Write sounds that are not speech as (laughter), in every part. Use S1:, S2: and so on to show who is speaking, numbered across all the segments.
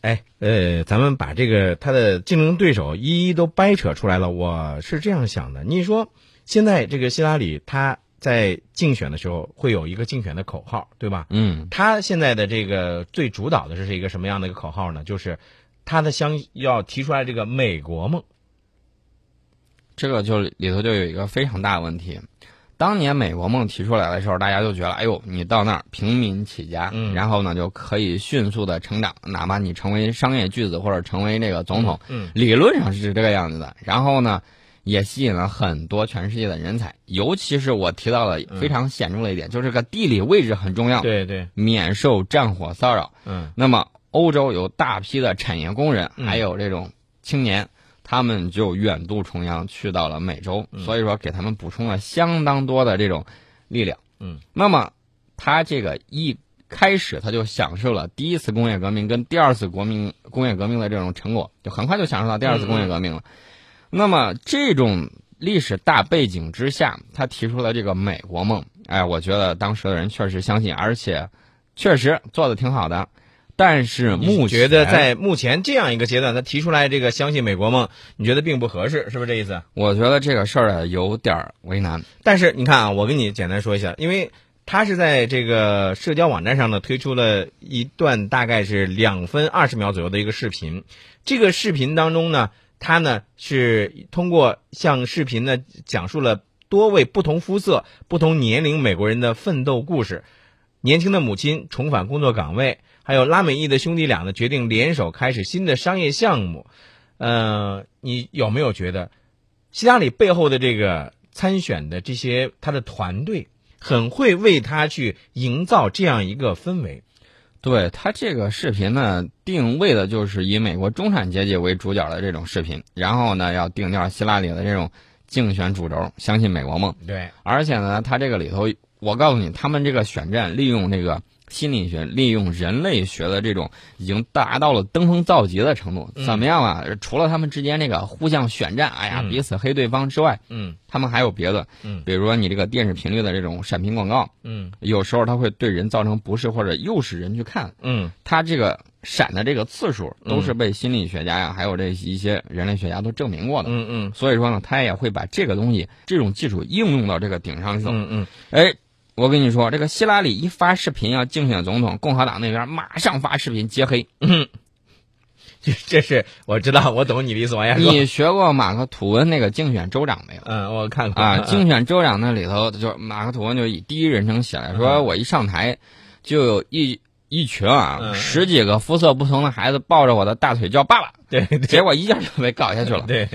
S1: 哎，呃，咱们把这个他的竞争对手一一都掰扯出来了。我是这样想的，你说现在这个希拉里他在竞选的时候会有一个竞选的口号，对吧？
S2: 嗯
S1: 他现在的这个最主导的是一个什么样的一个口号呢？就是他的想要提出来这个美国梦。，
S2: 这个就里头就有一个非常大的问题。当年美国梦提出来的时候，大家就觉得，哎呦，你到那儿平民起家，
S1: 嗯
S2: 然后呢就可以迅速的成长，哪怕你成为商业巨子或者成为这个总统，
S1: 嗯
S2: 理论上是这个样子的。然后呢，也吸引了很多全世界的人才，尤其是我提到了非常显著的一点，就是这个地理位置很重要，
S1: 嗯对对，
S2: 免受战火骚扰。
S1: 嗯
S2: 那么欧洲有大批的产业工人，
S1: 嗯
S2: 还有这种青年，他们就远渡重洋去到了美洲，
S1: 嗯
S2: 所以说给他们补充了相当多的这种力量。
S1: 嗯，
S2: 那么他这个一开始他就享受了第一次工业革命跟第二次国民工业革命的这种成果，就很快就享受到第二次工业革
S1: 嗯
S2: 命了。那么这种历史大背景之下，他提出了这个美国梦。哎，我觉得当时的人确实相信，而且确实做的挺好的。但是目
S1: 你觉
S2: 前
S1: 得在目前这样一个阶段，他提出来这个相信美国梦，你觉得并不合适，是不是这意思？
S2: 我觉得这个事儿啊有点儿为难。
S1: 但是你看啊，我跟你简单说一下，因为他是在这个社交网站上呢推出了一段大概是两分二十秒左右的一个视频。这个视频当中呢，他呢是通过向视频呢讲述了多位不同肤色、不同年龄美国人的奋斗故事。年轻的母亲重返工作岗位，还有拉美裔的兄弟俩呢决定联手开始新的商业项目。呃，你有没有觉得希拉里背后的这个参选的这些他的团队，很会为他去营造这样一个氛围。
S2: 对他这个视频呢，定位的就是以美国中产阶级为主角的这种视频，然后呢，要定调希拉里的这种竞选主轴，相信美国梦。
S1: 对，
S2: 而且呢，他这个里头，我告诉你，他们这个选战利用这个心理学，利用人类学的这种，已经达到了登峰造极的程度。
S1: 嗯
S2: 怎么样啊？除了他们之间这个互相选战，哎呀，
S1: 嗯
S2: 彼此黑对方之外，
S1: 嗯
S2: 他们还有别的，
S1: 嗯
S2: 比如说你这个电视频率的这种闪屏广告，
S1: 嗯
S2: 有时候它会对人造成不适，或者诱使人去看。
S1: 嗯
S2: 它这个闪的这个次数
S1: 嗯
S2: 都是被心理学家呀，还有这一些人类学家都证明过的。
S1: 嗯嗯
S2: 所以说呢，他也会把这个东西、这种技术应用到这个顶上去。
S1: 嗯嗯， (laughs)
S2: 哎，我跟你说，这个希拉里一发视频要竞选总统，共和党那边马上发视频接黑。
S1: 这这是我知道，我懂你的意思，王亚哎说。
S2: 你学过马克·吐温那个竞选州长没有？
S1: 嗯，我看过 (laughs)
S2: 啊，竞选州长那里头，就马克吐温就以第一人称写了，
S1: 嗯
S2: 说我一上台，就有一一群啊
S1: 嗯
S2: 十几个肤色不同的孩子抱着我的大腿叫
S1: (laughs)
S2: 爸爸，
S1: 对对
S2: 结果一下就被搞下去了。
S1: 对，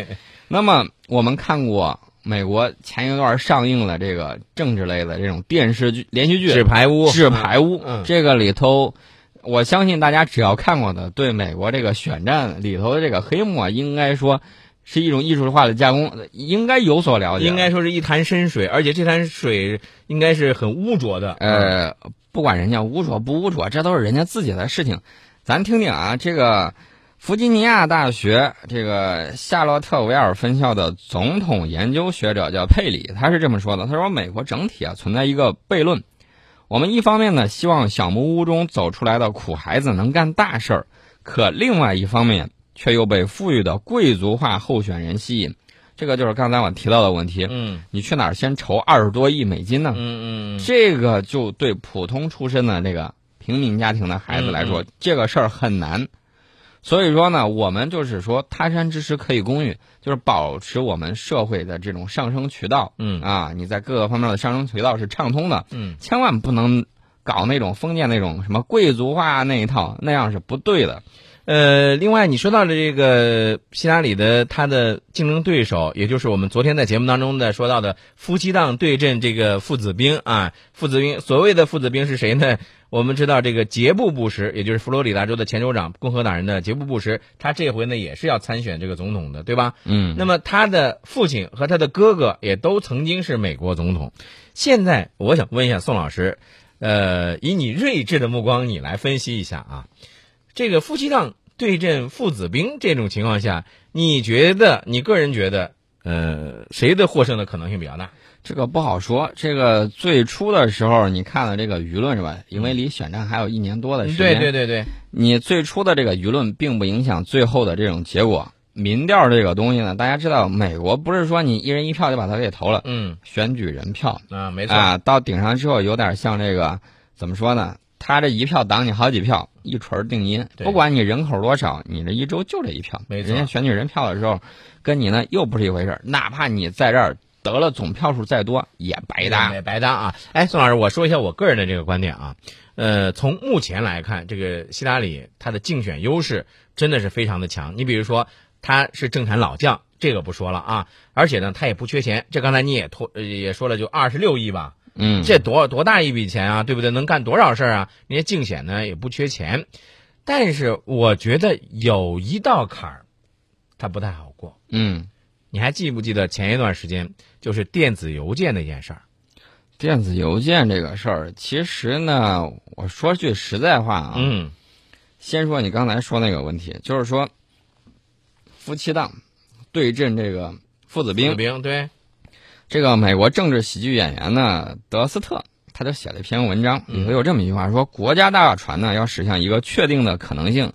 S2: 那么我们看过美国前一段上映的这个政治类的这种电视剧连续剧
S1: 纸牌屋，
S2: 《纸牌屋》
S1: 嗯嗯
S2: 这个里头。我相信大家只要看过的，对美国这个选战里头的这个黑幕啊，应该说是一种艺术化的加工，应该有所了解。
S1: 应该说是一潭深水，而且这潭水应该是很污浊的。
S2: 呃，不管人家污浊不污浊，这都是人家自己的事情。咱听听啊，这个弗吉尼亚大学这个夏洛特维尔分校的总统研究学者叫佩里，他是这么说的：他说，美国整体啊存在一个悖论，我们一方面呢希望小木屋中走出来的苦孩子能干大事儿，可另外一方面却又被富裕的贵族化候选人吸引。这个就是刚才我提到的问题，
S1: 嗯
S2: 你去哪儿先筹二十多亿美金呢？
S1: 嗯嗯
S2: 这个就对普通出身的这个平民家庭的孩子来
S1: 嗯
S2: 说，这个事儿很难。所以说呢，我们就是说，他山之石可以攻玉，就是保持我们社会的这种上升渠道
S1: 嗯
S2: 啊，你在各个方面的上升渠道是畅通的，
S1: 嗯
S2: 千万不能搞那种封建那种什么贵族化那一套，那样是不对的。
S1: 呃，另外你说到的这个希拉里的他的竞争对手，也就是我们昨天在节目当中的说到的夫妻档对阵这个父子兵啊，父子兵所谓的父子兵是谁呢？我们知道这个杰布·布什，也就是佛罗里达州的前州长，共和党人的杰布·布什，他这回呢也是要参选这个总统的，对吧？
S2: 嗯，
S1: 那么他的父亲和他的哥哥也都曾经是美国总统。现在我想问一下宋老师，呃，以你睿智的目光，你来分析一下啊，这个夫妻档对阵父子兵这种情况下，你觉得你个人觉得，嗯、呃，谁的获胜的可能性比较大？
S2: 这个不好说。这个最初的时候，你看了这个舆论是吧？因为离选战还有一年多的时
S1: 嗯对
S2: 间，
S1: 对对对，
S2: 你最初的这个舆论并不影响最后的这种结果。民调这个东西呢，大家知道，美国不是说你一人一票就把它给投了，
S1: 嗯
S2: 选举人票
S1: 啊，没错，
S2: 啊，到顶上之后有点像这个怎么说呢？他这一票挡你好几票，一锤儿定音。
S1: 对
S2: 不管你人口多少，你这一州就这一票。
S1: 没错
S2: 人家选举人票的时候，跟你呢又不是一回事儿。哪怕你在这儿得了总票数再多，也白搭。
S1: 也白搭啊！哎，宋老师，我说一下我个人的这个观点啊。呃，从目前来看，这个希拉里她的竞选优势真的是非常的强。你比如说，她是政坛老将，这个不说了啊，而且呢，她也不缺钱。这刚才你也托呃也说了，就二十六亿吧，
S2: 嗯，
S1: 这多多大一笔钱啊，对不对？能干多少事儿啊？人家竞选呢也不缺钱，但是我觉得有一道坎儿，它不太好过。
S2: 嗯，
S1: 你还记不记得前一段时间就是电子邮件那件事儿？
S2: 电子邮件这个事儿，其实呢，我说句实在话啊，
S1: 嗯，
S2: 先说你刚才说那个问题，就是说夫妻档对阵这个父子兵
S1: 子，兵对。
S2: 这个美国政治喜剧演员呢，德斯特，他就写了一篇文章，里头有这么一句话，说国家大船呢要驶向一个确定的可能性，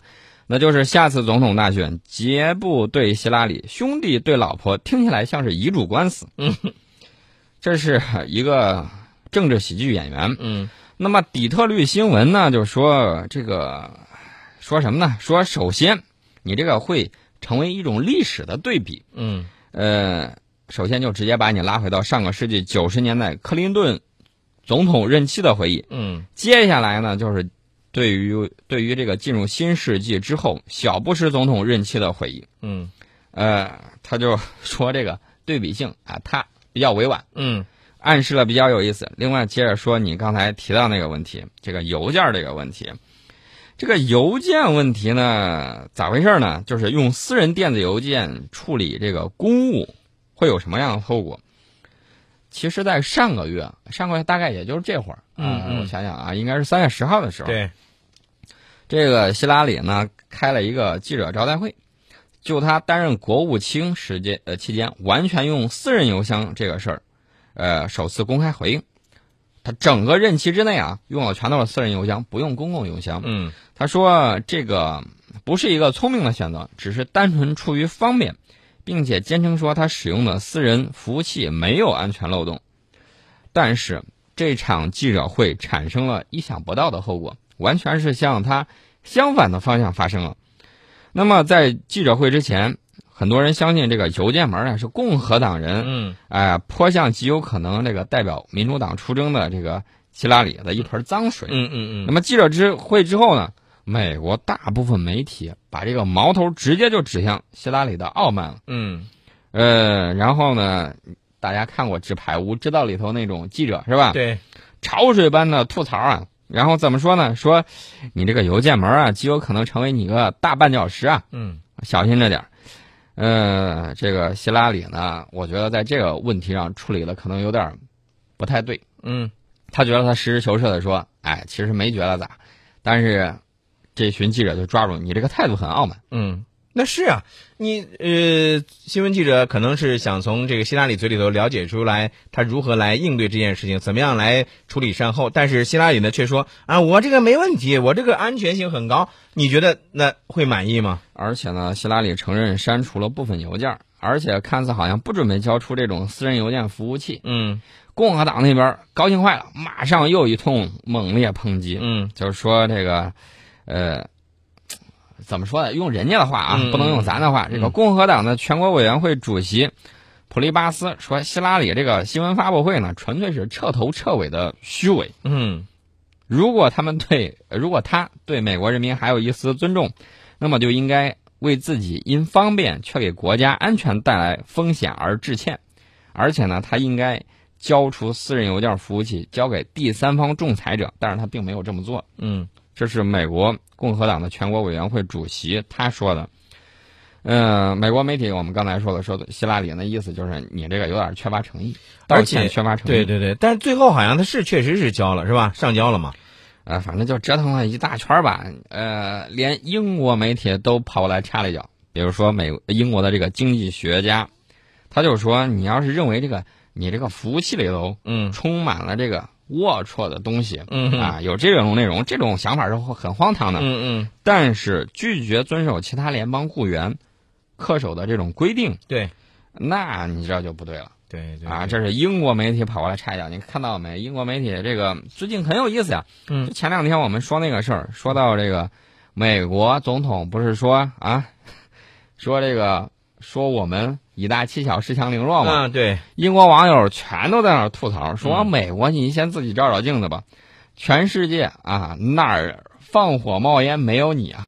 S2: 那就是下次总统大选，杰布对希拉里，兄弟对老婆，听起来像是遗嘱官司。嗯， (laughs) 这是一个政治喜剧演员。
S1: 嗯，
S2: 那么底特律新闻呢，就说这个说什么呢？说首先，你这个会成为一种历史的对比。
S1: 嗯
S2: 呃，首先就直接把你拉回到上个世纪九十年代克林顿总统任期的回忆。
S1: 嗯
S2: 接下来呢，就是对于对于这个进入新世纪之后小布什总统任期的回忆。
S1: 嗯
S2: 呃，他就说这个对比性啊，他比较委婉，
S1: 嗯
S2: 暗示了比较有意思。另外，接着说你刚才提到那个问题，这个邮件这个问题。这个邮件问题呢，咋回事呢？就是用私人电子邮件处理这个公务，会有什么样的后果？其实，在上个月，上个月大概也就是这会儿，
S1: 嗯
S2: 啊
S1: 嗯
S2: 我想想啊，应该是三月十号的时候，
S1: 对，
S2: 这个希拉里呢开了一个记者招待会，就他担任国务卿时间呃期间，完全用私人邮箱这个事儿，呃，首次公开回应。他整个任期之内啊，用的全都是私人邮箱，不用公共邮箱。
S1: 嗯
S2: 他说这个不是一个聪明的选择，只是单纯出于方便，并且坚称说他使用的私人服务器没有安全漏洞。但是这场记者会产生了意想不到的后果，完全是向他相反的方向发生了。那么在记者会之前，很多人相信这个邮件门啊是共和党人
S1: 嗯
S2: 哎、泼向极有可能这个代表民主党出征的这个希拉里的一盆脏水。
S1: 嗯嗯嗯，
S2: 那么记者之会之后呢，美国大部分媒体把这个矛头直接就指向希拉里的傲慢了。
S1: 嗯
S2: 呃，然后呢，大家看过《纸牌屋》，知道里头那种记者是吧？
S1: 对，
S2: 潮水般的吐槽啊。然后怎么说呢？说你这个邮件门啊，极有可能成为你个大绊脚石啊，
S1: 嗯
S2: 小心着点儿。呃，这个希拉里呢，我觉得在这个问题上处理的可能有点儿不太对。
S1: 嗯
S2: 他觉得他实事求是的说，哎，其实没觉得咋，但是这群记者就抓住你这个态度很傲慢。
S1: 嗯，那是啊，你呃，新闻记者可能是想从这个希拉里嘴里头了解出来他如何来应对这件事情，怎么样来处理善后，但是希拉里呢却说啊，我这个没问题，我这个安全性很高，你觉得那会满意吗？
S2: 而且呢，希拉里承认删除了部分邮件，而且看似好像不准备交出这种私人邮件服务器。
S1: 嗯
S2: 共和党那边高兴坏了，马上又一通猛烈抨击，
S1: 嗯
S2: 就是说这个，呃。怎么说呢？用人家的话啊，
S1: 嗯
S2: 不能用咱的话。这个共和党的全国委员会主席普利巴斯说，希拉里这个新闻发布会呢，纯粹是彻头彻尾的虚伪。
S1: 嗯
S2: 如果他们对，呃如果他对美国人民还有一丝尊重，那么就应该为自己因方便却给国家安全带来风险而致歉。而且呢，他应该交出私人邮件服务器交给第三方仲裁者，但是他并没有这么做。
S1: 嗯
S2: 这是美国共和党的全国委员会主席他说的。嗯，美国媒体我们刚才说了，说希拉里那意思就是你这个有点缺乏诚意，道
S1: 而且
S2: 歉缺乏诚意。
S1: 对对对，但是最后好像他是确实是交了是吧？上交了嘛？
S2: 呃，反正就折腾了一大圈儿吧。呃，连英国媒体都跑过来插了一脚，比如说美英国的这个经济学家，他就说，你要是认为这个你这个服务器里头
S1: 嗯
S2: 充满了这个龌龊的东西
S1: 嗯哼
S2: 啊，有这种内容，这种想法是很荒唐的。
S1: 嗯嗯，
S2: 但是拒绝遵守其他联邦雇员恪守的这种规定，
S1: 对
S2: 那你这就不对了
S1: 对对
S2: 啊！这是英国媒体跑过来插一脚，你看到没？英国媒体这个最近很有意思呀。
S1: 嗯
S2: 就前两天我们说那个事儿，说到这个美国总统不是说啊， (laughs) 说这个说我们以大欺小，恃强凌弱嘛。
S1: 啊对，
S2: 英国网友全都在那儿吐槽，说
S1: 嗯
S2: 美国你先自己照照镜子吧，全世界啊哪儿放火冒烟没有你啊？